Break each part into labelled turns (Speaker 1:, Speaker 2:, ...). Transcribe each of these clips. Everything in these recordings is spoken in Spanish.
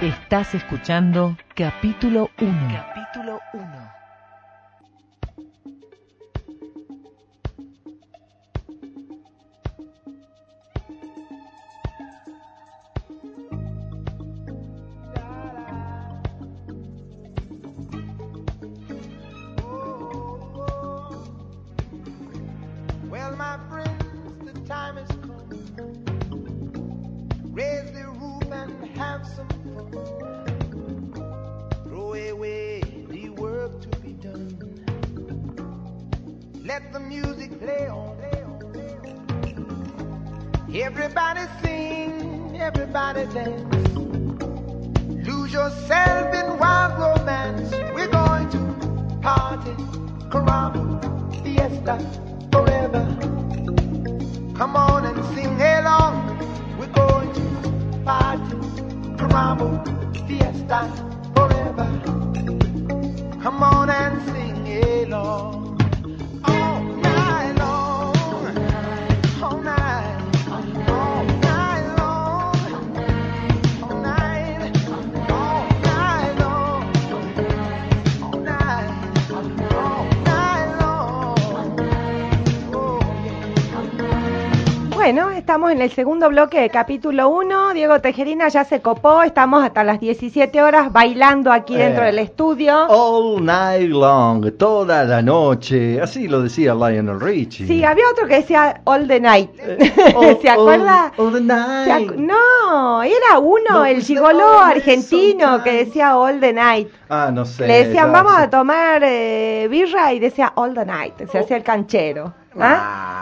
Speaker 1: Estás escuchando capítulo 1.
Speaker 2: Capítulo 1.
Speaker 3: Oh, Well, my friends, the time has come. Raise the roof and have some fun. Throw away the work to be done. Let the music play on. play on, play on. Everybody sing, everybody dance. Lose yourself in wild romance. We're going to party, caramba, fiesta, forever. Come on and sing along. We're going to party, caramba, fiesta, forever. Come on and sing along. All night long. All night. All night long. All night. All night long. All night. All night long. Oh, yeah.
Speaker 4: Bueno, estamos en el segundo bloque de capítulo 1. Diego Tejerina ya se copó. Estamos hasta las 17 horas bailando aquí dentro
Speaker 5: Eh.
Speaker 4: del estudio.
Speaker 5: All night long, toda la noche. Así lo decía Lionel Richie.
Speaker 4: Sí, había otro que decía All the Night.
Speaker 5: All-
Speaker 4: ¿Se acuerda?
Speaker 5: All, all the
Speaker 4: ¿Se
Speaker 5: night.
Speaker 4: acu- no, era uno,
Speaker 5: oh, No,
Speaker 4: el
Speaker 5: it's
Speaker 4: gigoló
Speaker 5: always
Speaker 4: argentino
Speaker 5: sometimes.
Speaker 4: que decía All the Night.
Speaker 5: Ah, no sé.
Speaker 4: Le decían,
Speaker 5: ya
Speaker 4: vamos
Speaker 5: sé.
Speaker 4: a tomar eh, birra y decía All the Night, se hacía el canchero. ¿ah?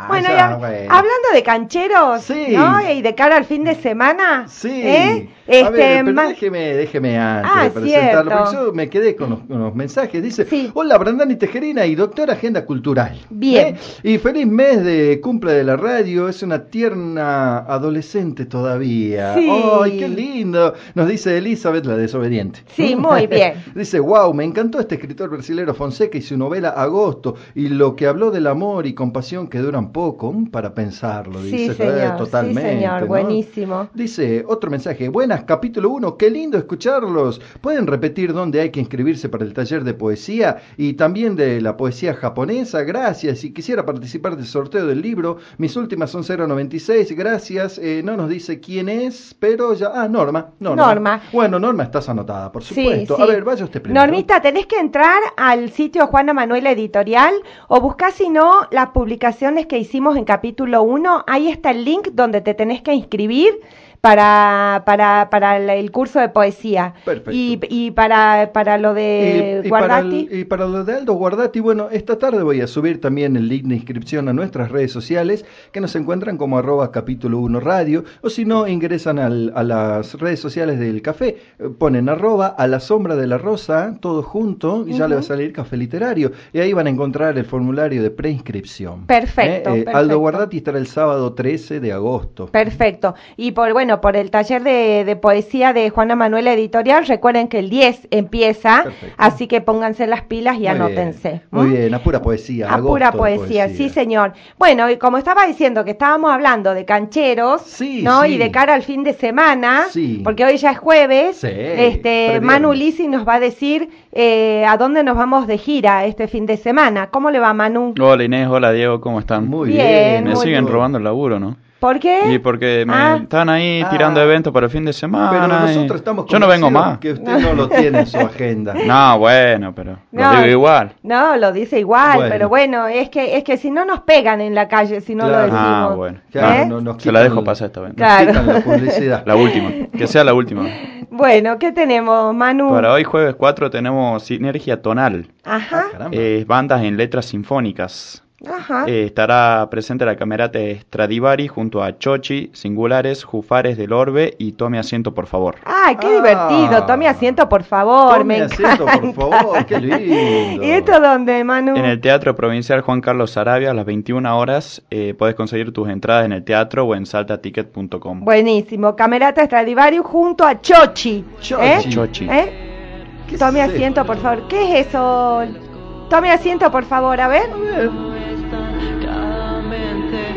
Speaker 5: Ah,
Speaker 4: bueno,
Speaker 5: ya,
Speaker 4: y hab-
Speaker 5: bueno.
Speaker 4: hablando de cancheros
Speaker 5: Sí.
Speaker 4: ¿no? y de cara al fin de semana,
Speaker 5: Sí.
Speaker 4: ¿eh?
Speaker 5: a
Speaker 4: Este,
Speaker 5: ver, pero
Speaker 4: ma-
Speaker 5: déjeme, déjeme antes
Speaker 4: Ah,
Speaker 5: de presentarlo,
Speaker 4: cierto.
Speaker 5: porque yo me quedé con los, con los mensajes. Dice,
Speaker 4: Sí.
Speaker 5: hola Brandani Tejerina y doctora Agenda Cultural.
Speaker 4: Bien.
Speaker 5: ¿Eh? Y feliz mes de cumple de la radio, es una tierna adolescente todavía.
Speaker 4: Sí.
Speaker 5: ¡Ay, qué lindo! Nos dice Elizabeth, la desobediente. Mm.
Speaker 4: Sí, muy bien.
Speaker 5: dice, wow, me encantó este escritor brasilero Fonseca y su novela Agosto, y lo que habló del amor y compasión que duran poco, mm, para pensarlo,
Speaker 4: Sí,
Speaker 5: dice, eh,
Speaker 4: señor, sí,
Speaker 5: totalmente.
Speaker 4: señor,
Speaker 5: ¿no?
Speaker 4: buenísimo.
Speaker 5: Dice otro mensaje, buenas, capítulo 1, qué lindo escucharlos. ¿Pueden repetir dónde hay que inscribirse para el taller de poesía y también de la poesía japonesa? Gracias, si quisiera participar del sorteo del libro, mis últimas son 096, gracias. Eh, no nos dice quién es, pero ya... Ah, Norma, Norma.
Speaker 4: Norma.
Speaker 5: Bueno, Norma, estás anotada, por
Speaker 4: Sí,
Speaker 5: supuesto.
Speaker 4: sí.
Speaker 5: A ver, vaya usted primero.
Speaker 4: Normita, tenés que entrar al sitio Juana Manuela Editorial o buscar si no las publicaciones que hicimos en capítulo 1. Ahí está el link donde te tenés que inscribir para, para, para el, el curso de poesía.
Speaker 5: Perfecto.
Speaker 4: Y, y para, para lo de
Speaker 5: Y, y para
Speaker 4: Eh, Guardati.
Speaker 5: el- y para lo de Aldo Guardati, bueno, esta tarde voy a subir también el link de inscripción a nuestras redes sociales, que nos encuentran como arroba capítulo 1 radio, o si no, ingresan al- a las redes sociales del café, eh, ponen arroba a la sombra de la rosa, todo junto, y ya le va a salir café literario, y ahí van a encontrar el formulario de preinscripción. Eh,
Speaker 4: Perfecto, perfecto.
Speaker 5: Aldo Guardati estará el sábado 13 de agosto.
Speaker 4: Perfecto. Y por bueno, por el taller de, de poesía de Juana Manuela Editorial, recuerden que el 10 empieza,
Speaker 5: Perfecto.
Speaker 4: así que pónganse las pilas y
Speaker 5: Muy bien,
Speaker 4: anótense.
Speaker 5: Muy
Speaker 4: ¿m?
Speaker 5: bien, a pura poesía.
Speaker 4: A pura
Speaker 5: agosto de
Speaker 4: poesía. sí señor. Bueno, y como estaba diciendo que estábamos hablando de cancheros,
Speaker 5: Sí,
Speaker 4: ¿no?
Speaker 5: sí.
Speaker 4: Y de cara al fin de semana,
Speaker 5: Sí.
Speaker 4: porque hoy ya es jueves,
Speaker 5: Sí,
Speaker 4: este
Speaker 5: previernes.
Speaker 4: Manu Lisi nos va a decir eh, a dónde nos vamos de gira este fin de semana. ¿Cómo le va Manu?
Speaker 6: Hola Inés, hola Diego, ¿cómo están?
Speaker 5: Muy
Speaker 4: Bien,
Speaker 5: bien.
Speaker 6: Ah,
Speaker 5: ¿Eh?
Speaker 6: me
Speaker 4: muy
Speaker 6: siguen
Speaker 4: bien.
Speaker 6: robando el laburo, ¿no?
Speaker 4: ¿Por qué?
Speaker 6: Y porque me
Speaker 4: Ah.
Speaker 6: están ahí
Speaker 5: Ah.
Speaker 6: tirando eventos para el fin de semana.
Speaker 5: Pero
Speaker 6: y-
Speaker 5: nosotros estamos
Speaker 6: Yo no vengo
Speaker 5: convencidos
Speaker 6: más.
Speaker 5: Que usted no lo tiene en su agenda.
Speaker 6: No, bueno, pero
Speaker 4: No.
Speaker 6: lo digo igual.
Speaker 4: No, lo dice igual,
Speaker 5: Bueno.
Speaker 4: pero bueno, es que es que si no nos pegan en la calle, si no lo
Speaker 5: Claro.
Speaker 4: decimos.
Speaker 6: Ah, bueno.
Speaker 5: Claro,
Speaker 4: ¿Eh?
Speaker 5: no, nos
Speaker 6: Se la
Speaker 5: quitan-
Speaker 6: dejo pasar esta vez.
Speaker 5: nos
Speaker 4: Claro.
Speaker 5: quitan la publicidad.
Speaker 6: La última, que sea la última.
Speaker 4: Bueno, ¿qué tenemos, Manu?
Speaker 6: Para hoy jueves 4 tenemos Sinergia Tonal,
Speaker 5: Ah,
Speaker 4: Ajá,
Speaker 5: caramba.
Speaker 6: eh, bandas en letras sinfónicas.
Speaker 4: ajá.
Speaker 6: Eh, estará presente la camerata Stradivari junto a Chochi, Singulares, Jufares del Orbe y Tome asiento por favor.
Speaker 4: Ay, qué
Speaker 5: Ah.
Speaker 4: divertido. Tome asiento, por favor.
Speaker 5: Tome
Speaker 4: me
Speaker 5: asiento, por
Speaker 4: encanta.
Speaker 5: favor, qué lindo.
Speaker 4: ¿Y esto dónde, Manu?
Speaker 6: En el Teatro Provincial Juan Carlos Sarabia a las 21 horas eh, puedes conseguir tus entradas en el teatro o en saltaticket.com.
Speaker 4: Buenísimo. Camerata Stradivarius junto a Chochi.
Speaker 5: Chochi.
Speaker 4: ¿Eh?
Speaker 6: Chochi.
Speaker 4: ¿Eh?
Speaker 5: ¿Qué es
Speaker 4: Tome
Speaker 5: esto?
Speaker 4: asiento, por favor. ¿Qué es eso? Tome asiento, por favor, a ver.
Speaker 5: A ver.
Speaker 7: Claramente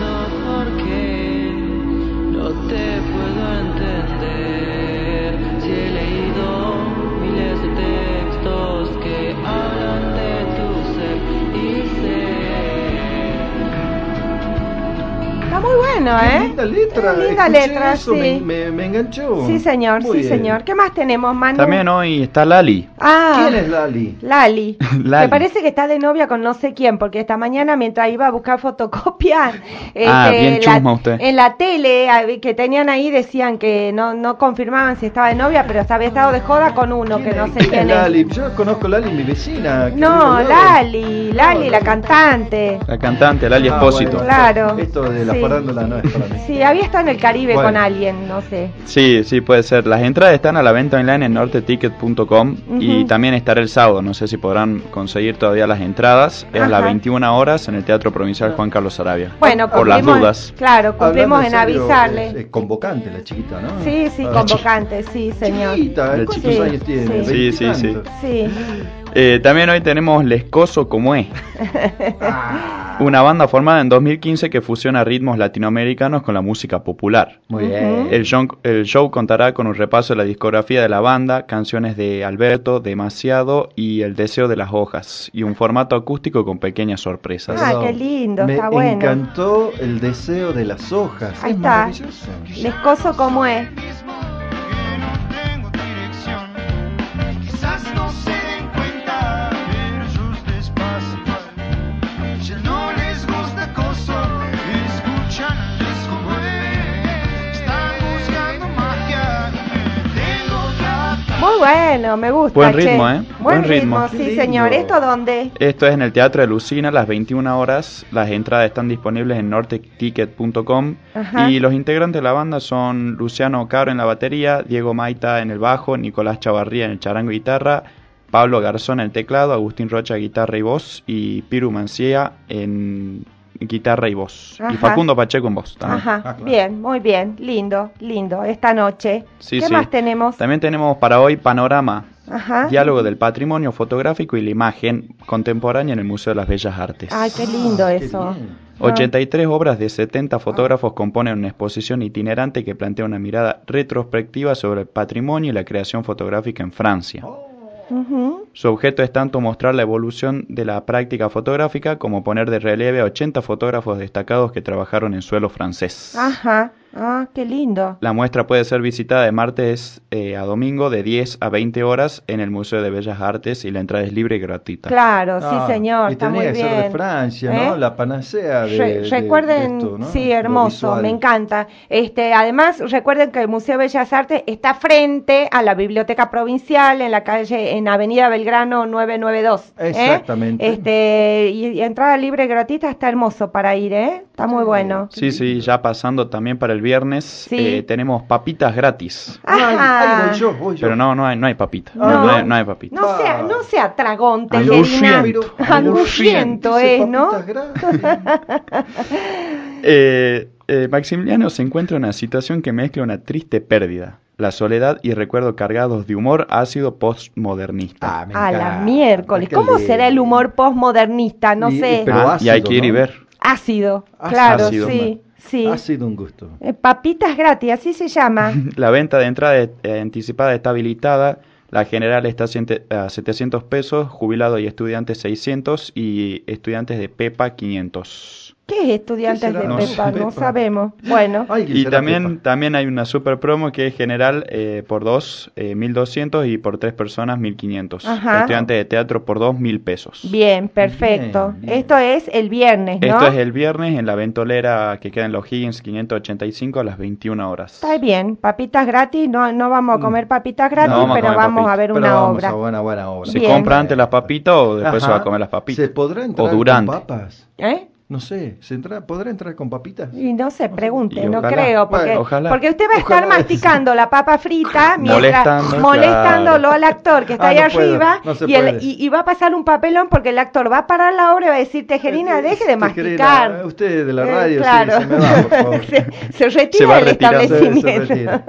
Speaker 7: no entiendo por qué no te puedo entender.
Speaker 4: bueno,
Speaker 5: Qué
Speaker 4: ¿eh?
Speaker 5: Linda letra.
Speaker 4: Qué linda
Speaker 5: escuché
Speaker 4: letra,
Speaker 5: eso,
Speaker 4: sí.
Speaker 5: me, me- me enganchó.
Speaker 4: Sí, señor, sí,
Speaker 5: Muy bien.
Speaker 4: señor. ¿Qué más tenemos, Manu?
Speaker 6: También hoy está Lali.
Speaker 4: Ah,
Speaker 5: ¿Quién es Lali?
Speaker 4: Lali.
Speaker 6: Lali.
Speaker 4: Me parece que está de novia con no sé quién, porque esta mañana mientras iba a buscar fotocopias
Speaker 6: Ah,
Speaker 4: este,
Speaker 6: bien
Speaker 4: la-
Speaker 6: chusma usted.
Speaker 4: en la tele a ver, que tenían ahí decían que no, no confirmaban si estaba de novia, pero se había estado de joda con uno que no sé
Speaker 5: ¿Quién
Speaker 4: quién
Speaker 5: es Lali?
Speaker 4: es.
Speaker 5: Yo conozco a Lali, mi vecina. que vive
Speaker 4: No,
Speaker 5: al lado.
Speaker 4: Lali, Lali, la cantante.
Speaker 6: La cantante, Lali
Speaker 5: Ah,
Speaker 6: Espósito.
Speaker 5: bueno,
Speaker 4: Claro.
Speaker 5: Esto de la
Speaker 4: Sí.
Speaker 5: farándula no es para mí.
Speaker 4: Sí, había estado en el Caribe
Speaker 5: Bueno.
Speaker 4: con alguien, no sé.
Speaker 6: Sí, sí, puede ser. Las entradas están a la venta online en norteticket.com y
Speaker 4: Ujú.
Speaker 6: también estará el sábado. No sé si podrán conseguir todavía las entradas. Es a las
Speaker 4: Ajá.
Speaker 6: 21 horas en el Teatro Provincial Juan Carlos Arabia.
Speaker 4: Bueno,
Speaker 6: Por las
Speaker 4: cumplimos-
Speaker 6: dudas.
Speaker 4: Claro,
Speaker 5: Hablando
Speaker 4: cumplimos en
Speaker 5: serio,
Speaker 4: avisarle.
Speaker 5: es- es convocante la chiquita, ¿no?
Speaker 4: Sí, sí,
Speaker 5: Ah,
Speaker 4: convocante, sí, señor.
Speaker 5: Chiquita,
Speaker 6: La
Speaker 5: ¿cuántos
Speaker 4: chiquita.
Speaker 5: años tiene?
Speaker 4: Sí,
Speaker 5: ¿Veinte
Speaker 6: sí, sí.
Speaker 5: tantos?
Speaker 4: Sí.
Speaker 6: Eh, también hoy tenemos Lescoso como es.
Speaker 5: Ah.
Speaker 6: Una banda formada en 2015 que fusiona ritmos latinoamericanos con la música popular.
Speaker 5: Muy
Speaker 4: Ujú.
Speaker 5: bien.
Speaker 6: El show, el show contará con un repaso de la discografía de la banda, canciones de Alberto, Demasiado y El Deseo de las Hojas, y un formato acústico con pequeñas sorpresas.
Speaker 4: Ah,
Speaker 5: Perdón,
Speaker 4: qué lindo,
Speaker 5: me
Speaker 4: está bueno.
Speaker 5: encantó el deseo de las hojas.
Speaker 4: Ahí
Speaker 5: es
Speaker 4: está.
Speaker 5: maravilloso.
Speaker 4: Lescoso como es.
Speaker 3: Que no tengo dirección, quizás no se den cuenta, pero ellos les pasa igual. Si no les gusta cosa, escuchan al descubrir. Están buscando magia, tengo plata.
Speaker 4: Muy bueno, me gusta.
Speaker 6: Buen
Speaker 4: che.
Speaker 6: ritmo, ¿eh?
Speaker 4: Buen,
Speaker 6: Buen
Speaker 4: ritmo,
Speaker 6: ritmo.
Speaker 5: Qué
Speaker 4: sí,
Speaker 5: lindo.
Speaker 4: señor. ¿Esto dónde?
Speaker 6: Esto es en el Teatro de Lucina, a las 21 horas. Las entradas están disponibles en norteticket.com.
Speaker 4: Ajá.
Speaker 6: Y los integrantes de la banda son Luciano Caro en la batería, Diego Maita en el bajo, Nicolás Chavarría en el charango y guitarra, Pablo Garzón en el teclado, Agustín Rocha guitarra y voz, y Piru Mancía en guitarra y voz.
Speaker 4: Ajá.
Speaker 6: Y Facundo Pacheco en voz también.
Speaker 4: Ajá,
Speaker 5: Ah, claro.
Speaker 4: bien, muy bien, lindo, lindo, esta noche.
Speaker 6: Sí,
Speaker 4: ¿Qué
Speaker 6: sí.
Speaker 4: más tenemos? Ah.
Speaker 6: También tenemos para hoy Panorama,
Speaker 4: Ajá.
Speaker 6: diálogo del patrimonio fotográfico y la imagen contemporánea en el Museo de las Bellas Artes.
Speaker 4: Ay, qué lindo
Speaker 5: Ah, qué
Speaker 4: eso.
Speaker 5: bien.
Speaker 4: Ah.
Speaker 6: 83 obras de 70 fotógrafos componen una exposición itinerante que plantea una mirada retrospectiva sobre el patrimonio y la creación fotográfica en Francia.
Speaker 4: Ujú.
Speaker 6: Su objeto es tanto mostrar la evolución de la práctica fotográfica como poner de relieve a 80 fotógrafos destacados que trabajaron en suelo francés.
Speaker 4: Ajá, ah, qué lindo.
Speaker 6: La muestra puede ser visitada de martes eh, a domingo de 10 a 20 horas en el Museo de Bellas Artes y la entrada es libre y gratuita.
Speaker 4: Claro,
Speaker 5: Ah,
Speaker 4: sí, señor,
Speaker 5: Y
Speaker 4: está
Speaker 5: tenía
Speaker 4: muy
Speaker 5: que ser de
Speaker 4: bien.
Speaker 5: Francia, ¿no?
Speaker 4: ¿Eh?
Speaker 5: La panacea de.
Speaker 4: Re-
Speaker 5: de- de
Speaker 4: recuerden,
Speaker 5: esto, ¿no?
Speaker 4: sí,
Speaker 5: Lo
Speaker 4: hermoso,
Speaker 5: visual.
Speaker 4: me encanta. Este, además, recuerden que el Museo de Bellas Artes está frente a la Biblioteca Provincial en la calle, en Avenida Belgrano 992. ¿eh?
Speaker 5: Exactamente.
Speaker 4: Este, y, y entrada libre y gratuita está hermoso para ir, ¿eh? Está muy bueno.
Speaker 6: Sí, sí, ya pasando también para el viernes,
Speaker 4: Sí.
Speaker 6: eh, tenemos papitas gratis.
Speaker 5: Ay,
Speaker 4: Ajá.
Speaker 5: ay, voy yo, voy yo.
Speaker 6: Pero no, no hay, no hay papita.
Speaker 4: No.
Speaker 6: No, hay, no hay papita.
Speaker 4: No sea, no sea tragón,
Speaker 6: Aluciante.
Speaker 4: Tejerina.
Speaker 5: Pero-
Speaker 4: Angustiento
Speaker 5: Dice
Speaker 4: es, ¿eh? ¿no?
Speaker 5: papitas gratis.
Speaker 6: Eh, eh, Maximiliano se encuentra en una situación que mezcla una triste pérdida, la soledad y recuerdos cargados de humor ácido postmodernista.
Speaker 5: Ah, me
Speaker 4: A la
Speaker 5: encanta,
Speaker 4: miércoles.
Speaker 5: qué
Speaker 4: ¿Cómo
Speaker 5: lindo.
Speaker 4: será el humor postmodernista? No
Speaker 5: Y-
Speaker 4: sé.
Speaker 5: pero
Speaker 6: Ah, y hay
Speaker 5: ácido,
Speaker 6: que ir y
Speaker 5: ¿no?
Speaker 6: ver.
Speaker 4: Ácido,
Speaker 5: Ha-
Speaker 4: claro,
Speaker 5: ha sido
Speaker 4: sí,
Speaker 5: un-
Speaker 4: sí.
Speaker 5: Ha sido un gusto.
Speaker 4: Eh, Papitas gratis, así se llama.
Speaker 6: La venta de entrada eh, anticipada está habilitada. La general está a ciente- a 700 pesos, jubilados y estudiantes 600 y estudiantes de E PEPA 500.
Speaker 4: ¿Qué es estudiantes
Speaker 5: ¿Qué
Speaker 4: de
Speaker 5: será?
Speaker 6: No
Speaker 4: Pepa?
Speaker 5: sé.
Speaker 4: No
Speaker 5: Pepa.
Speaker 4: sabemos. Bueno,
Speaker 5: Ay,
Speaker 6: Y
Speaker 5: será
Speaker 6: también,
Speaker 5: Pepa.
Speaker 6: también hay una super promo que es general eh, por dos, eh, 1200 y por tres personas, 1500.
Speaker 4: Ajá.
Speaker 6: Estudiantes de teatro por dos, 1000 pesos.
Speaker 4: bien, perfecto.
Speaker 5: Bien, bien.
Speaker 4: Esto es el viernes, ¿no?
Speaker 6: Esto es el viernes en la ventolera que queda en los Higgins 585 a las 21 horas.
Speaker 4: Está bien, papitas gratis, no, no
Speaker 5: Mm.
Speaker 4: vamos a comer papitas gratis,
Speaker 6: No vamos a
Speaker 4: pero
Speaker 6: comer
Speaker 4: vamos
Speaker 6: papitas,
Speaker 4: a ver
Speaker 5: Pero
Speaker 4: una
Speaker 5: vamos
Speaker 4: obra.
Speaker 5: a una buena obra.
Speaker 6: ¿Se
Speaker 4: Bien.
Speaker 6: compra antes las papitas o después se
Speaker 5: Ajá.
Speaker 6: va a comer las papitas?
Speaker 5: ¿Se podrá entrar
Speaker 6: durante.
Speaker 5: con papas?
Speaker 4: ¿Eh?
Speaker 5: No sé, ¿se entra- ¿podrá entrar con papitas?
Speaker 4: Y no se pregunte,
Speaker 6: Y
Speaker 4: no
Speaker 6: ojalá.
Speaker 4: creo, porque,
Speaker 6: Bueno, ojalá.
Speaker 4: porque usted va a estar
Speaker 5: Ojalá.
Speaker 4: masticando la papa frita mientras
Speaker 6: Molestando,
Speaker 4: molestándolo
Speaker 6: claro.
Speaker 4: al actor que está
Speaker 5: Ah,
Speaker 4: ahí
Speaker 5: no puedo,
Speaker 4: arriba
Speaker 5: no se
Speaker 4: y, el-
Speaker 5: puede.
Speaker 4: y- y va a pasar un papelón porque el actor va a parar la obra y va a decir,
Speaker 5: Eh,
Speaker 4: Tejerina, deje de
Speaker 5: Tejerina,
Speaker 4: masticar.
Speaker 5: Usted de la
Speaker 4: Eh,
Speaker 5: radio, sí,
Speaker 4: claro.
Speaker 5: se me va, por favor.
Speaker 4: se, se retira
Speaker 6: Se va a
Speaker 4: del
Speaker 6: retirar, se- se
Speaker 4: establecimiento.
Speaker 5: retira.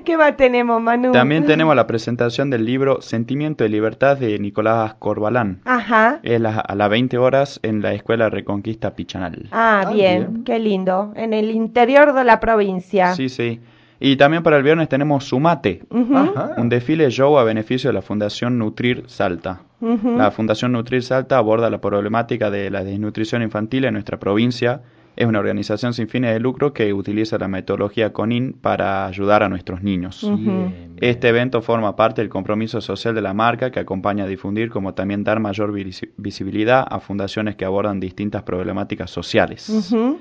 Speaker 4: ¿Qué más tenemos, Manu?
Speaker 6: También tenemos la presentación del libro Sentimiento de Libertad de Nicolás Corbalán.
Speaker 4: Ajá.
Speaker 6: Es la- a las 20 horas en la Escuela Reconquista Pichanal.
Speaker 4: Ah,
Speaker 5: Ah,
Speaker 4: bien,
Speaker 5: bien.
Speaker 4: qué lindo. En el interior de la provincia.
Speaker 6: Sí, sí. Y también para el viernes tenemos Sumate,
Speaker 4: Ujú,
Speaker 5: Ajá.
Speaker 6: un desfile show a beneficio de la Fundación Nutrir Salta.
Speaker 4: ujú.
Speaker 6: La Fundación Nutrir Salta aborda la problemática de la desnutrición infantil en nuestra provincia es una organización sin fines de lucro que utiliza la metodología CONIN para ayudar a nuestros niños.
Speaker 4: Ujú.
Speaker 5: Bien, bien.
Speaker 6: Este evento forma parte del compromiso social de la marca que acompaña a difundir como también dar mayor visi- visibilidad a fundaciones que abordan distintas problemáticas sociales.
Speaker 4: Ujú.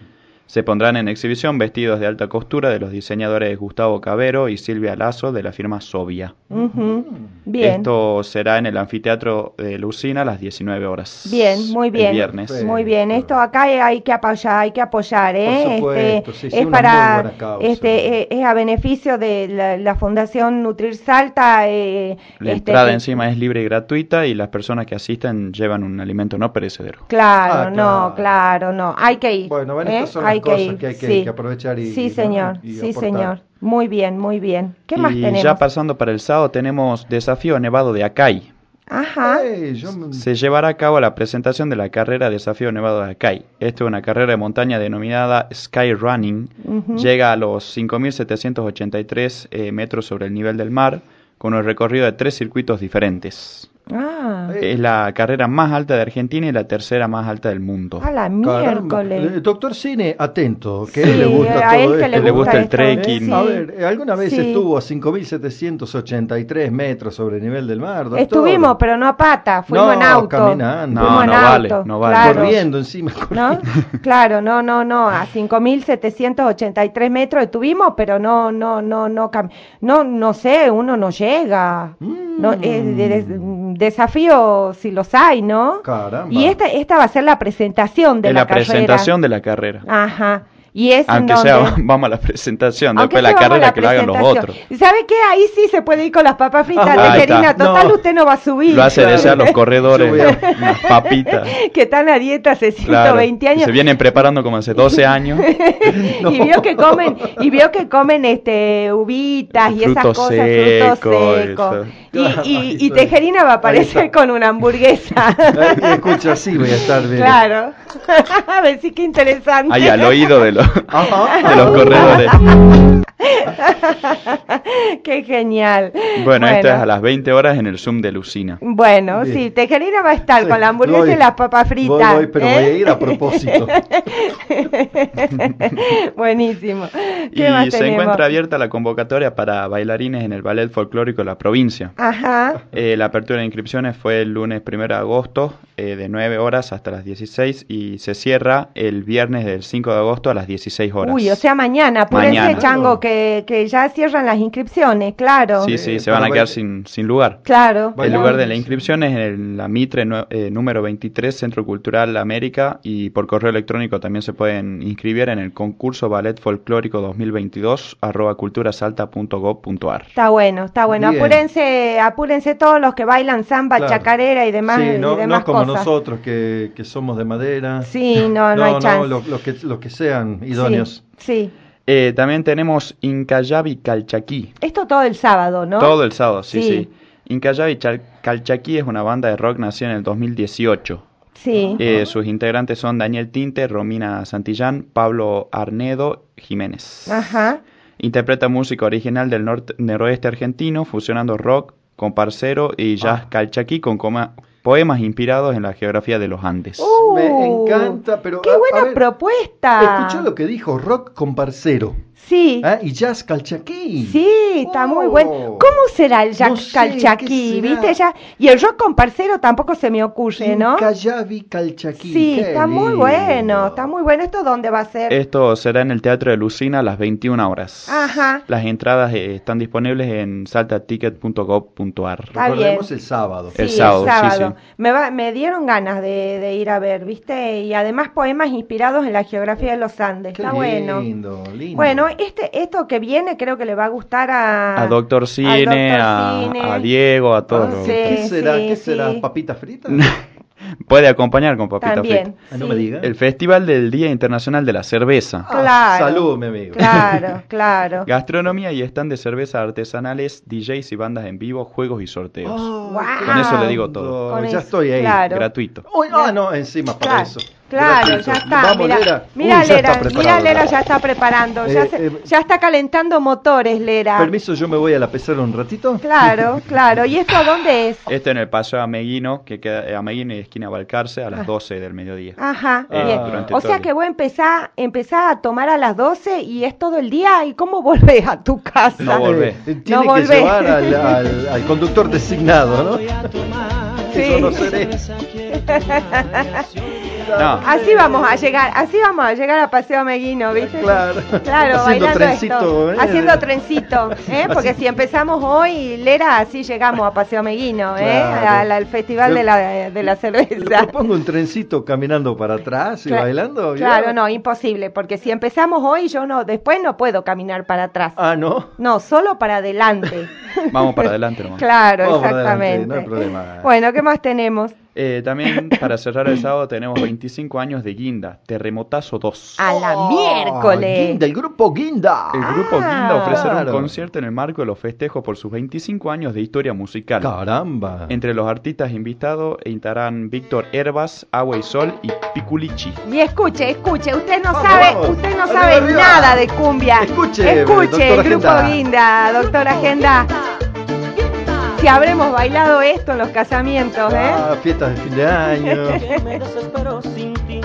Speaker 6: Se pondrán en exhibición vestidos de alta costura de los diseñadores Gustavo Cabero y Silvia Lazo de la firma Sobia.
Speaker 4: Ujú.
Speaker 5: Mm.
Speaker 4: Bien.
Speaker 6: Esto será en el anfiteatro de Lucina a las 19 horas.
Speaker 4: Bien, muy bien.
Speaker 6: El viernes.
Speaker 5: Perfecto.
Speaker 4: Muy bien, esto acá hay que apoyar, hay que apoyar, ¿eh?
Speaker 5: supuesto, sí, sí,
Speaker 4: es
Speaker 5: una muy
Speaker 4: para,
Speaker 5: buena causa.
Speaker 4: este, eh, es a beneficio de la, la Fundación Nutrir Salta. eh,
Speaker 6: La
Speaker 4: este,
Speaker 6: entrada
Speaker 4: que-
Speaker 6: encima es libre y gratuita y las personas que asisten llevan un alimento no perecedero.
Speaker 4: Claro,
Speaker 5: Ah,
Speaker 4: no,
Speaker 5: claro.
Speaker 4: claro, no, hay que ir.
Speaker 5: Bueno, ven,
Speaker 4: ¿eh?
Speaker 5: estas son las cosas que hay que- que aprovechar y-
Speaker 4: sí,
Speaker 5: y-
Speaker 4: señor,
Speaker 5: y
Speaker 4: sí,
Speaker 5: aportar.
Speaker 4: señor. Muy bien, muy bien. ¿Qué más
Speaker 6: y
Speaker 4: tenemos?
Speaker 6: ya pasando para el sábado tenemos Desafío Nevado de Acay.
Speaker 4: Ajá.
Speaker 5: Ey, eh, yo me-
Speaker 6: Se llevará a cabo la presentación de la carrera Desafío Nevado de Acay. Esta es una carrera de montaña denominada Sky Running.
Speaker 4: ujú.
Speaker 6: Llega a los 5.783 eh, metros sobre el nivel del mar con un recorrido de tres circuitos diferentes.
Speaker 4: Ah,
Speaker 5: Eh,
Speaker 6: Es la carrera más alta de Argentina y la tercera más alta del mundo.
Speaker 4: a la
Speaker 5: Caramba,
Speaker 4: miércoles.
Speaker 5: el doctor Cine, atento, que
Speaker 4: Sí,
Speaker 5: le gusta
Speaker 4: a él
Speaker 5: todo
Speaker 4: que
Speaker 5: esto.
Speaker 6: le Le gusta gusta el
Speaker 4: esto.
Speaker 6: trekking.
Speaker 4: Sí.
Speaker 5: A ver, eh, alguna vez
Speaker 4: Sí.
Speaker 5: estuvo a 5.783 metros sobre el nivel del mar, doctor.
Speaker 4: Estuvimos, pero no a pata, fuimos
Speaker 5: No,
Speaker 4: en auto.
Speaker 5: caminando.
Speaker 4: Fuimos
Speaker 6: No,
Speaker 4: en
Speaker 6: no vale,
Speaker 4: auto,
Speaker 6: no vale.
Speaker 4: Claro.
Speaker 5: corriendo encima.
Speaker 4: ¿No? Claro, no, no, no, a 5.783 metros estuvimos, pero no, no, no, no, cam- no, no sé, uno no llega. No,
Speaker 6: Mm.
Speaker 4: eh, de- de- desafío si los hay, ¿no?
Speaker 5: Caramba.
Speaker 4: Y este esta, esta va a ser la presentación de
Speaker 6: es
Speaker 4: la,
Speaker 6: la,
Speaker 4: carrera.
Speaker 6: presentación de la carrera.
Speaker 4: Ajá. Y es en
Speaker 6: Aunque
Speaker 4: donde-
Speaker 6: sea, vamos a la presentación,
Speaker 4: Aunque
Speaker 6: después la
Speaker 4: sea, vamos a
Speaker 6: carrera que lo hagan los
Speaker 4: presentación.
Speaker 6: otros.
Speaker 4: ¿Y ¿Sabe qué? Ahí sí se puede ir con las papas fritas
Speaker 5: Ah,
Speaker 6: bueno.
Speaker 4: de
Speaker 6: Ahí está.
Speaker 4: Gerina. Total,
Speaker 5: No.
Speaker 4: usted no va a subir.
Speaker 6: Lo hace
Speaker 5: Claro.
Speaker 6: desear los
Speaker 5: Yo voy
Speaker 6: corredores,
Speaker 5: a-
Speaker 6: las papitas.
Speaker 4: que están a dieta hace 120
Speaker 6: Claro,
Speaker 4: años.
Speaker 6: Se vienen preparando como hace 12 años.
Speaker 4: y vio que comen y vio que comen este uvitas y esas
Speaker 6: Frutos
Speaker 4: cosas
Speaker 6: secos,
Speaker 4: frutos secos
Speaker 6: eso.
Speaker 4: y, y, y
Speaker 5: Ahí
Speaker 4: Tejerina va a
Speaker 5: está.
Speaker 4: aparecer con una hamburguesa
Speaker 5: Ay, Escucha, sí voy a estar bien.
Speaker 4: claro a ver sí que interesante
Speaker 6: Ahí al oído de los,
Speaker 5: Ajá.
Speaker 6: de los corredores.
Speaker 4: qué genial
Speaker 6: Bueno, esto es a las 20 horas en el Zoom de Lucina.
Speaker 4: bueno,
Speaker 5: Bien.
Speaker 4: sí, Tejerina va a estar
Speaker 5: Sí,
Speaker 4: con la hamburguesa
Speaker 5: voy.
Speaker 4: y las papas fritas.
Speaker 5: Voy, voy, pero
Speaker 4: ¿eh?
Speaker 5: voy a ir a propósito.
Speaker 4: Buenísimo.
Speaker 6: Y
Speaker 4: ¿Qué más
Speaker 6: se
Speaker 4: tenemos?
Speaker 6: encuentra abierta la convocatoria para bailarines en el Ballet Folclórico de la provincia.
Speaker 4: Ajá.
Speaker 6: Eh, la apertura de inscripciones fue el lunes 1 de agosto eh, de 9 horas hasta las 16 y se cierra el viernes del 5 de agosto a las 16 horas.
Speaker 4: Uy, o sea, mañana, apúrense,
Speaker 6: Mañana.
Speaker 4: chango, que, que ya cierran las inscripciones, claro.
Speaker 6: Sí,
Speaker 5: Eh,
Speaker 6: sí, se
Speaker 5: para
Speaker 6: van a quedar
Speaker 5: baile.
Speaker 6: sin, sin lugar.
Speaker 4: Claro.
Speaker 5: Bueno,
Speaker 6: el lugar de
Speaker 5: buenísimo.
Speaker 6: la inscripción es en la Mitre nue- eh, número 23, Centro Cultural América, y por correo electrónico también se pueden inscribir en el concurso Ballet Folclórico 2022, arroba culturasalta.gov.ar.
Speaker 4: Está bueno, está bueno.
Speaker 5: Bien.
Speaker 4: Apúrense, apúrense todos los que bailan samba,
Speaker 5: Claro.
Speaker 4: chacarera y demás,
Speaker 5: Sí, no,
Speaker 4: y demás
Speaker 5: no como
Speaker 4: cosas.
Speaker 5: nosotros que, que somos de madera.
Speaker 4: Sí, no, no, hay chance.
Speaker 5: los los que, los que sean idóneos.
Speaker 4: Sí, sí.
Speaker 6: Eh, también tenemos Incayabi Calchaquí,
Speaker 4: Esto todo el sábado, ¿no?
Speaker 6: todo el sábado, sí,
Speaker 4: Sí.
Speaker 6: sí. Incayabi Chal- Calchaquí es una banda de rock nacida en el 2018.
Speaker 4: Sí.
Speaker 6: Eh, sus integrantes son Daniel Tinte, Romina Santillán, Pablo Arnedo, Jiménez.
Speaker 4: Ajá.
Speaker 6: Interpreta música original del norte- noroeste argentino, fusionando rock, comparsero y
Speaker 4: Ah.
Speaker 6: jazz calchaquí con coma- poemas inspirados en la geografía de los Andes.
Speaker 5: Me
Speaker 4: Uh,
Speaker 5: encanta, pero.
Speaker 4: ¡Qué
Speaker 5: a- a
Speaker 4: buena
Speaker 5: ver,
Speaker 4: propuesta!
Speaker 5: Escuchá lo que dijo rock comparcero.
Speaker 4: Sí,
Speaker 5: ¿eh? Y jazz calchaquí.
Speaker 4: sí, está muy
Speaker 5: Oh.
Speaker 4: bueno. ¿Cómo será el jack
Speaker 5: No sé,
Speaker 4: calchaquí?
Speaker 5: ¿qué será?
Speaker 4: ¿Viste ya? Y el rock comparcero tampoco se me ocurre, ¿no?
Speaker 5: Incayabi calchaquí.
Speaker 4: Sí,
Speaker 5: qué
Speaker 4: está muy
Speaker 5: lindo.
Speaker 4: bueno, está muy bueno. ¿Esto dónde va a ser?
Speaker 6: Esto será en el Teatro de Lucina a las 21 horas.
Speaker 4: Ajá.
Speaker 6: Las entradas eh, están disponibles en saltaticket.gov.ar.
Speaker 4: Está
Speaker 5: Recordemos
Speaker 4: bien.
Speaker 5: el sábado.
Speaker 6: El sábado, sí,
Speaker 4: Me, va- me dieron ganas de, de ir a ver, ¿viste? Y además poemas inspirados en la geografía de los Andes.
Speaker 5: Qué
Speaker 4: Está bueno.
Speaker 5: lindo, lindo.
Speaker 4: Bueno, este, esto que viene creo que le va a gustar a...
Speaker 6: A Doctor Cine, a,
Speaker 4: Cine.
Speaker 6: a Diego, a todos.
Speaker 4: Ah,
Speaker 6: los-
Speaker 4: sí.
Speaker 5: ¿Qué será? ¿Qué
Speaker 4: sí.
Speaker 5: será? ¿Papitas fritas?
Speaker 6: Puede acompañar con papita
Speaker 4: También.
Speaker 6: frita.
Speaker 5: Ah, no
Speaker 4: sí.
Speaker 5: me digas.
Speaker 6: El Festival del Día Internacional de la Cerveza.
Speaker 5: Ah,
Speaker 4: Claro.
Speaker 5: salud, mi amigo.
Speaker 4: Claro, claro.
Speaker 6: Gastronomía y stand de cerveza artesanales, DJs y bandas en vivo, juegos y sorteos.
Speaker 5: Oh,
Speaker 4: Guau.
Speaker 5: qué
Speaker 4: Con eso le
Speaker 6: digo
Speaker 5: lindo.
Speaker 6: todo.
Speaker 4: Con
Speaker 5: ya
Speaker 4: eso,
Speaker 5: estoy ahí.
Speaker 4: claro.
Speaker 6: Gratuito.
Speaker 5: Uy, ah, no, encima para
Speaker 4: Claro.
Speaker 5: eso.
Speaker 4: Claro,
Speaker 5: Gracias.
Speaker 4: ya está.
Speaker 5: Vamos,
Speaker 4: mira,
Speaker 5: Lera.
Speaker 4: mira,
Speaker 5: Uy, ya
Speaker 4: Lera,
Speaker 5: está
Speaker 4: mira,
Speaker 5: preparado.
Speaker 4: Lera ya está preparando. ya,
Speaker 5: Eh,
Speaker 4: se-
Speaker 5: eh,
Speaker 4: ya está calentando motores, Lera.
Speaker 5: Permiso, yo me voy a la pecera un ratito.
Speaker 4: Claro, claro. ¿Y esto a dónde es?
Speaker 6: Esto en el paseo Ameguino, que queda eh, Ameguino y esquina Balcarce a
Speaker 4: Ah.
Speaker 6: las 12 del mediodía.
Speaker 4: Ajá,
Speaker 6: Eh,
Speaker 4: bien.
Speaker 6: durante
Speaker 4: O
Speaker 6: todo
Speaker 4: sea
Speaker 6: el
Speaker 4: que
Speaker 6: día.
Speaker 4: vos empezás, empezás a tomar a las 12 y es todo el día. ¿Y cómo volvés a tu casa?
Speaker 6: No volvé.
Speaker 5: Eh, tiene
Speaker 4: No
Speaker 5: que
Speaker 4: volvé.
Speaker 5: llevar al, al- al conductor designado, ¿no? Eso no seré.
Speaker 6: No,
Speaker 4: Así vamos a llegar, así vamos a llegar a Paseo Meguino, ¿viste?
Speaker 5: Claro.
Speaker 4: Claro,
Speaker 5: Haciendo
Speaker 4: bailando esto,
Speaker 5: trencito, ¿eh?
Speaker 4: haciendo trencito, ¿eh? porque si empezamos hoy, Lera, así llegamos a Paseo Meguino, ¿eh?
Speaker 5: Claro.
Speaker 4: Al, al Festival
Speaker 5: Le-
Speaker 4: de la, de la
Speaker 5: Le
Speaker 4: Cerveza.
Speaker 5: propongo un trencito caminando para atrás y
Speaker 4: Cla-
Speaker 5: bailando. ¿ya?
Speaker 4: Claro, no, imposible, porque si empezamos hoy, yo no, después no puedo caminar para atrás.
Speaker 5: Ah, no.
Speaker 4: No, solo para adelante.
Speaker 6: vamos para adelante nomás.
Speaker 4: Claro,
Speaker 5: Vamos para
Speaker 4: exactamente.
Speaker 5: adelante, no hay problema.
Speaker 4: Bueno, ¿qué más tenemos?
Speaker 6: Eh, también para cerrar el sábado tenemos 25 años de Guinda, Terremotazo 2.
Speaker 4: A la
Speaker 5: Oh,
Speaker 4: miércoles.
Speaker 5: Guinda, el grupo Guinda.
Speaker 6: El grupo
Speaker 4: Ah.
Speaker 6: Guinda ofrecerá
Speaker 5: Claro.
Speaker 6: un concierto en el marco de los festejos por sus 25 años de historia musical.
Speaker 5: Caramba.
Speaker 4: ¿Eh?
Speaker 6: Entre los artistas invitados estarán Víctor Herbas, Agua y Sol y Piculichi.
Speaker 4: Y escuche, escuche, usted no
Speaker 5: Vamos,
Speaker 4: sabe,
Speaker 5: vamos.
Speaker 4: usted no
Speaker 5: Arriba,
Speaker 4: sabe
Speaker 5: arriba.
Speaker 4: nada de cumbia.
Speaker 5: Escuche,
Speaker 4: escuche, el
Speaker 5: doctora
Speaker 4: grupo
Speaker 5: Agenda.
Speaker 4: Guinda, doctor Agenda. Si habremos bailado esto en los casamientos, ¿eh?
Speaker 5: Ah, fiestas de fin de año.
Speaker 2: Que me desespero sin ti,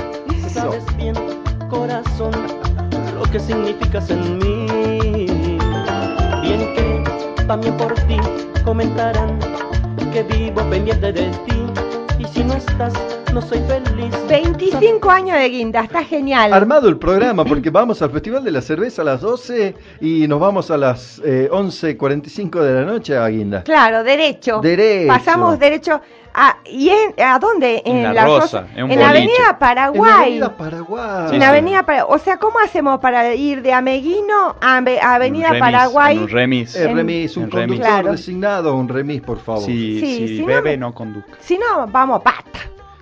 Speaker 2: sabes bien, corazón, lo que significas en mí. Bien que también por ti comentarán que vivo pendiente de ti, y si no estás, no soy feliz.
Speaker 4: 25 años de Guinda, está genial.
Speaker 5: Armado el programa porque vamos al Festival de la Cerveza a las 12 y nos vamos a las eh, 11.45 de la noche a Guinda.
Speaker 4: Claro, derecho.
Speaker 5: Derecho.
Speaker 4: Pasamos derecho a ¿y en- a dónde?
Speaker 6: En La Rosa, en un
Speaker 4: en la
Speaker 6: boliche.
Speaker 4: Avenida
Speaker 5: En la
Speaker 4: Paraguay.
Speaker 5: Avenida Paraguay.
Speaker 6: Sí,
Speaker 4: En la
Speaker 6: sí.
Speaker 4: Avenida Paraguay. O sea, ¿cómo hacemos para ir de Ameguino a Ave- a Avenida
Speaker 6: En un remis,
Speaker 4: Paraguay?
Speaker 6: en un remis.
Speaker 5: El remis, un
Speaker 6: En remis.
Speaker 5: conductor
Speaker 4: Claro.
Speaker 5: designado, un remis, Eh, por favor.
Speaker 6: Si,
Speaker 4: Sí,
Speaker 6: si
Speaker 4: si no-
Speaker 6: bebe, no, conduzca.
Speaker 4: Si no, vamos, basta.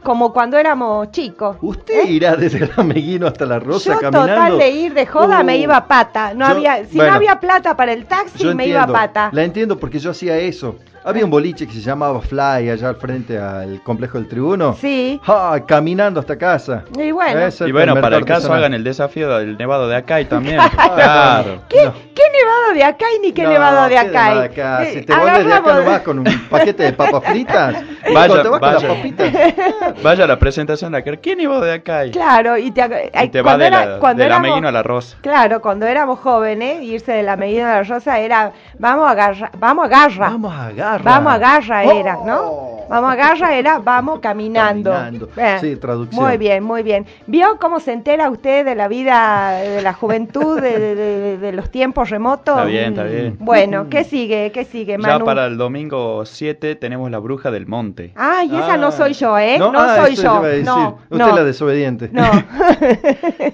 Speaker 4: Como cuando éramos chicos.
Speaker 5: ¿Usted irá desde el Ameguino hasta la Uh, Rosa
Speaker 4: ¿Eh? yo
Speaker 5: caminando?
Speaker 4: total de ir de joda me
Speaker 5: Uh,
Speaker 4: iba a pata. No
Speaker 5: yo-
Speaker 4: había, si
Speaker 5: bueno,
Speaker 4: no había plata para el taxi,
Speaker 5: yo
Speaker 4: me iba
Speaker 5: entiendo,
Speaker 4: a pata.
Speaker 5: La entiendo porque yo hacía eso. Había un boliche que se llamaba Fly allá al frente al complejo del tribuno.
Speaker 4: Sí.
Speaker 5: Ah, caminando hasta casa.
Speaker 4: Y bueno.
Speaker 5: Ese
Speaker 6: Y bueno,
Speaker 5: mercado
Speaker 6: para el caso
Speaker 5: artesanal.
Speaker 6: hagan el desafío del nevado de acá y también.
Speaker 5: Claro.
Speaker 6: claro.
Speaker 4: ¿Qué,
Speaker 5: No.
Speaker 4: qué nevado de acá y ni qué
Speaker 5: No,
Speaker 4: nevado de
Speaker 5: qué
Speaker 4: acá?
Speaker 5: nevado
Speaker 4: hay?
Speaker 5: acá. Si
Speaker 4: Eh,
Speaker 5: te volvés de acá
Speaker 4: agarramos-
Speaker 5: no vas con un paquete de papas fritas.
Speaker 6: Vaya,
Speaker 5: Hijo, te vas con
Speaker 6: vaya.
Speaker 5: las papitas.
Speaker 6: Vaya a la presentación de aquel. ¿Quién iba de acá? Y,
Speaker 4: Claro, y te, ag-
Speaker 6: y
Speaker 4: ay,
Speaker 6: te va
Speaker 4: cuando
Speaker 6: de
Speaker 4: era-
Speaker 6: la,
Speaker 4: cuando
Speaker 6: del
Speaker 4: éramos-
Speaker 6: Ameguino a la Rosa.
Speaker 4: Claro, cuando éramos jóvenes, irse de la Medina de la Rosa era, vamos a garra, vamos a garra,
Speaker 5: Vamos a agarrar.
Speaker 4: Vamos a garra era,
Speaker 5: Oh.
Speaker 4: ¿no? Vamos a garra era, vamos caminando.
Speaker 5: Caminando. Sí, traducción.
Speaker 4: Muy bien, muy bien. ¿Vio cómo se entera usted de la vida, de la juventud, de, de- de- de los tiempos remotos? Mm.
Speaker 6: Está bien, está bien.
Speaker 5: Mm.
Speaker 4: Bueno, ¿qué sigue? ¿Qué sigue,
Speaker 6: Ya
Speaker 4: Manu?
Speaker 6: para el domingo 7 tenemos la bruja del monte.
Speaker 4: Ay, esa
Speaker 5: Ah.
Speaker 4: no soy yo, ¿eh? No,
Speaker 5: ah,
Speaker 4: soy yo.
Speaker 5: eso le iba a decir.
Speaker 4: No,
Speaker 5: Usted
Speaker 4: no,
Speaker 5: es la desobediente.
Speaker 4: no.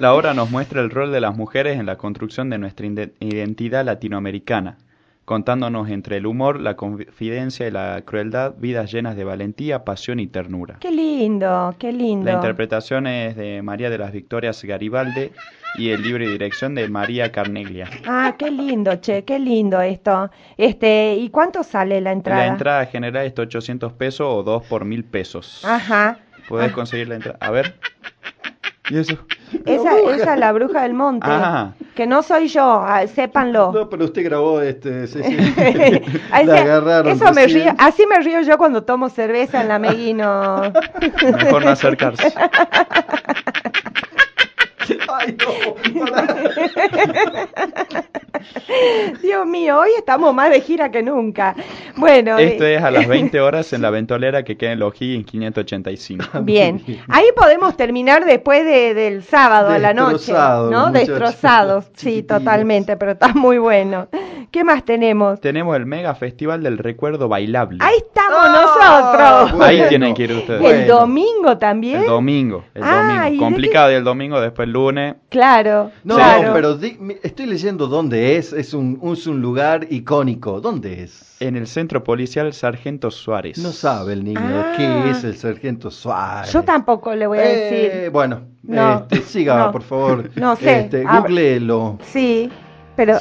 Speaker 6: La obra nos muestra el rol de las mujeres en la construcción de nuestra inde- identidad latinoamericana, contándonos entre el humor, la confidencia y la crueldad vidas llenas de valentía, pasión y ternura.
Speaker 4: qué lindo, qué lindo.
Speaker 6: La interpretación es de María de las Victorias Garibaldi y el libro y dirección de María Carneglia.
Speaker 4: Ah, qué lindo, che, qué lindo esto. Este, ¿y cuánto sale la entrada?
Speaker 6: La entrada general es de 800 pesos o 2 por 1000 pesos.
Speaker 4: Ajá.
Speaker 6: Puedes
Speaker 4: Ah,
Speaker 6: conseguir la entrada. A ver. ¿Y eso?
Speaker 4: esa, esa es la bruja del monte.
Speaker 6: Ah.
Speaker 4: Que no soy yo, ah, sépanlo.
Speaker 5: No, pero usted grabó este. Sí, sí.
Speaker 4: Ahí
Speaker 5: La
Speaker 4: se-
Speaker 5: agarraron.
Speaker 4: eso me
Speaker 5: recién.
Speaker 4: río, así me río yo cuando tomo cerveza en la Meguino.
Speaker 6: Mejor no acercarse.
Speaker 5: Ay, no. pará.
Speaker 4: Dios mío, hoy estamos más de gira que nunca. Bueno,
Speaker 6: Esto
Speaker 4: eh,
Speaker 6: es a las 20 horas en la ventolera que queda en Lojí en 585.
Speaker 4: bien. Ahí podemos terminar después de- del sábado a la noche,
Speaker 5: Destrozados,
Speaker 4: ¿no?
Speaker 5: muchachos,
Speaker 4: Destrozados, sí,
Speaker 5: chiquitines.
Speaker 4: totalmente, pero está muy bueno. ¿Qué más tenemos?
Speaker 6: Tenemos el mega festival del recuerdo bailable.
Speaker 4: Ahí estamos
Speaker 5: Ah,
Speaker 4: nosotros.
Speaker 6: Ahí
Speaker 5: bueno.
Speaker 6: tienen que ir ustedes.
Speaker 4: El domingo también.
Speaker 6: El domingo, el
Speaker 4: ¿eh? Ah, ¿y de
Speaker 6: domingo. Complicado y el domingo, después el lunes.
Speaker 4: Claro.
Speaker 5: No,
Speaker 4: claro.
Speaker 5: pero di- mi- estoy leyendo dónde es. Es un, es un lugar icónico. ¿Dónde es?
Speaker 6: En el centro policial Sargento Suárez.
Speaker 5: No sabe el niño
Speaker 4: Ah.
Speaker 5: qué es el sargento Suárez.
Speaker 4: Yo tampoco le voy a
Speaker 5: Eh,
Speaker 4: decir.
Speaker 5: bueno,
Speaker 4: No,
Speaker 5: este, siga,
Speaker 4: no.
Speaker 5: por favor.
Speaker 4: No sé,
Speaker 5: Este,
Speaker 4: abre-
Speaker 5: googleelo.
Speaker 4: Sí, pero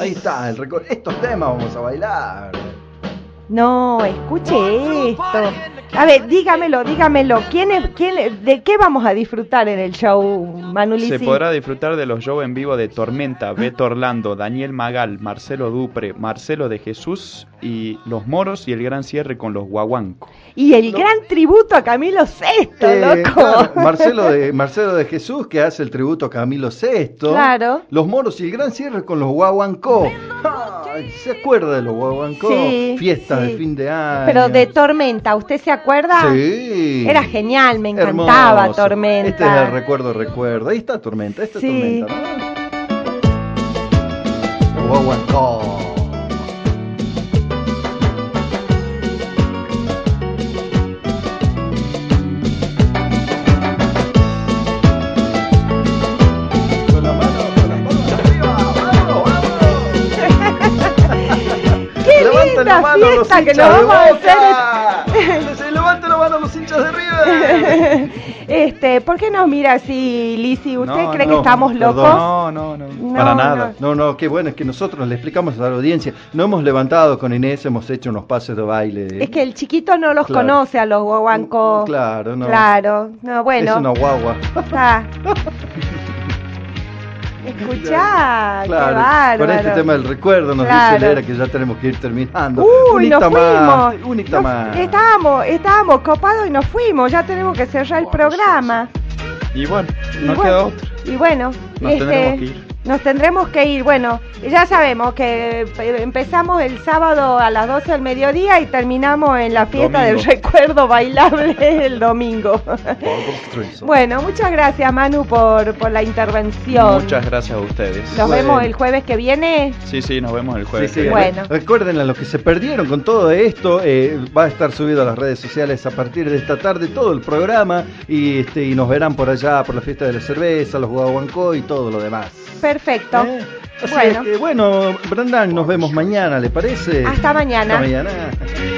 Speaker 5: Ahí está, el record. Estos temas vamos a bailar.
Speaker 4: No, escuche esto. A ver, dígamelo, dígamelo. ¿Quién es- quién- ¿De qué vamos a disfrutar en el show, Manulisi?
Speaker 6: Se podrá disfrutar de los shows en vivo de
Speaker 4: Ah.
Speaker 6: Tormenta, Beto Orlando, Daniel Magal, Marcelo Dupre, Marcelo de Jesús y Los Moros y el gran cierre con los Guaguancos.
Speaker 4: Y el gran tributo a Camilo VI,
Speaker 5: Eh,
Speaker 4: loco.
Speaker 5: claro, Marcelo, de, Marcelo de Jesús, que hace el tributo a Camilo VI.
Speaker 4: Claro.
Speaker 5: Los moros y el gran cierre con los guaguancó. Ay, ¿Se acuerda de los guaguancó?
Speaker 4: Sí,
Speaker 5: Fiestas
Speaker 4: sí.
Speaker 5: de fin de año.
Speaker 4: Pero de Tormenta, ¿usted se acuerda?
Speaker 5: Sí.
Speaker 4: Era genial, me encantaba
Speaker 5: Hermoso.
Speaker 4: Tormenta.
Speaker 5: Este es el recuerdo, recuerdo. Ahí está Tormenta, esta es
Speaker 4: Sí.
Speaker 5: Tormenta. ¿no? Los guaguancó. Con la mano, con la mano arriba, vamos, vamos.
Speaker 4: ¡Qué
Speaker 5: Levanten la
Speaker 4: linda
Speaker 5: mano
Speaker 4: fiesta
Speaker 5: los
Speaker 4: que
Speaker 5: hinchas
Speaker 4: nos
Speaker 5: de
Speaker 4: vamos a hacer!
Speaker 5: Boca. Se levanten la mano los hinchas de River.
Speaker 4: Este, ¿Por qué nos mira así, Lisi? ¿Usted
Speaker 6: No,
Speaker 4: cree
Speaker 5: no,
Speaker 4: que estamos
Speaker 5: perdón,
Speaker 4: locos?
Speaker 6: No, no, no,
Speaker 4: No,
Speaker 6: para nada.
Speaker 5: No, no, qué bueno, es que nosotros le explicamos a la audiencia. No hemos levantado con Inés, hemos hecho unos pases de baile.
Speaker 4: Es que el chiquito no los
Speaker 5: Claro. Uh,
Speaker 4: conoce a los guaguancos.
Speaker 5: Claro, no.
Speaker 4: Claro, no, bueno. Ah.
Speaker 5: Es una guagua.
Speaker 4: Está. Escuchá, qué
Speaker 5: Claro,
Speaker 4: bárbaro.
Speaker 5: con este tema del recuerdo nos
Speaker 4: Claro.
Speaker 5: dice Lera que ya tenemos que ir terminando.
Speaker 4: Uy,
Speaker 5: unita
Speaker 4: nos
Speaker 5: más,
Speaker 4: fuimos.
Speaker 5: unita
Speaker 4: Nos-
Speaker 5: más.
Speaker 4: Estábamos, estábamos copados y nos fuimos. Ya tenemos que cerrar el programa.
Speaker 6: Y bueno,
Speaker 4: Y
Speaker 6: no
Speaker 4: bueno,
Speaker 6: queda otro.
Speaker 4: Y bueno,
Speaker 6: Nos
Speaker 4: este,
Speaker 6: tendremos que ir.
Speaker 4: nos tendremos que ir. Bueno, ya sabemos que eh, empezamos el sábado a las 12 del mediodía y terminamos en la fiesta
Speaker 6: Domingo.
Speaker 4: del recuerdo bailable el domingo. bueno, muchas gracias Manu por, por la intervención.
Speaker 6: Muchas gracias a ustedes.
Speaker 4: Nos
Speaker 5: Bueno.
Speaker 4: vemos el jueves que viene.
Speaker 6: Sí, sí, nos vemos el
Speaker 5: Sí,
Speaker 6: jueves.
Speaker 5: sí,
Speaker 6: que viene.
Speaker 4: Bueno.
Speaker 5: Recuerden a los que se perdieron con todo esto, eh, va a estar subido a las redes sociales a partir de esta tarde todo el programa y, este, y nos verán por allá por la fiesta de la cerveza, los guaguancó y todo lo demás.
Speaker 4: Perfecto.
Speaker 5: ¿Eh? Así
Speaker 4: Bueno.
Speaker 5: es que, bueno, Brandán, nos vemos mañana, ¿le parece?
Speaker 4: Hasta mañana.
Speaker 5: Hasta mañana.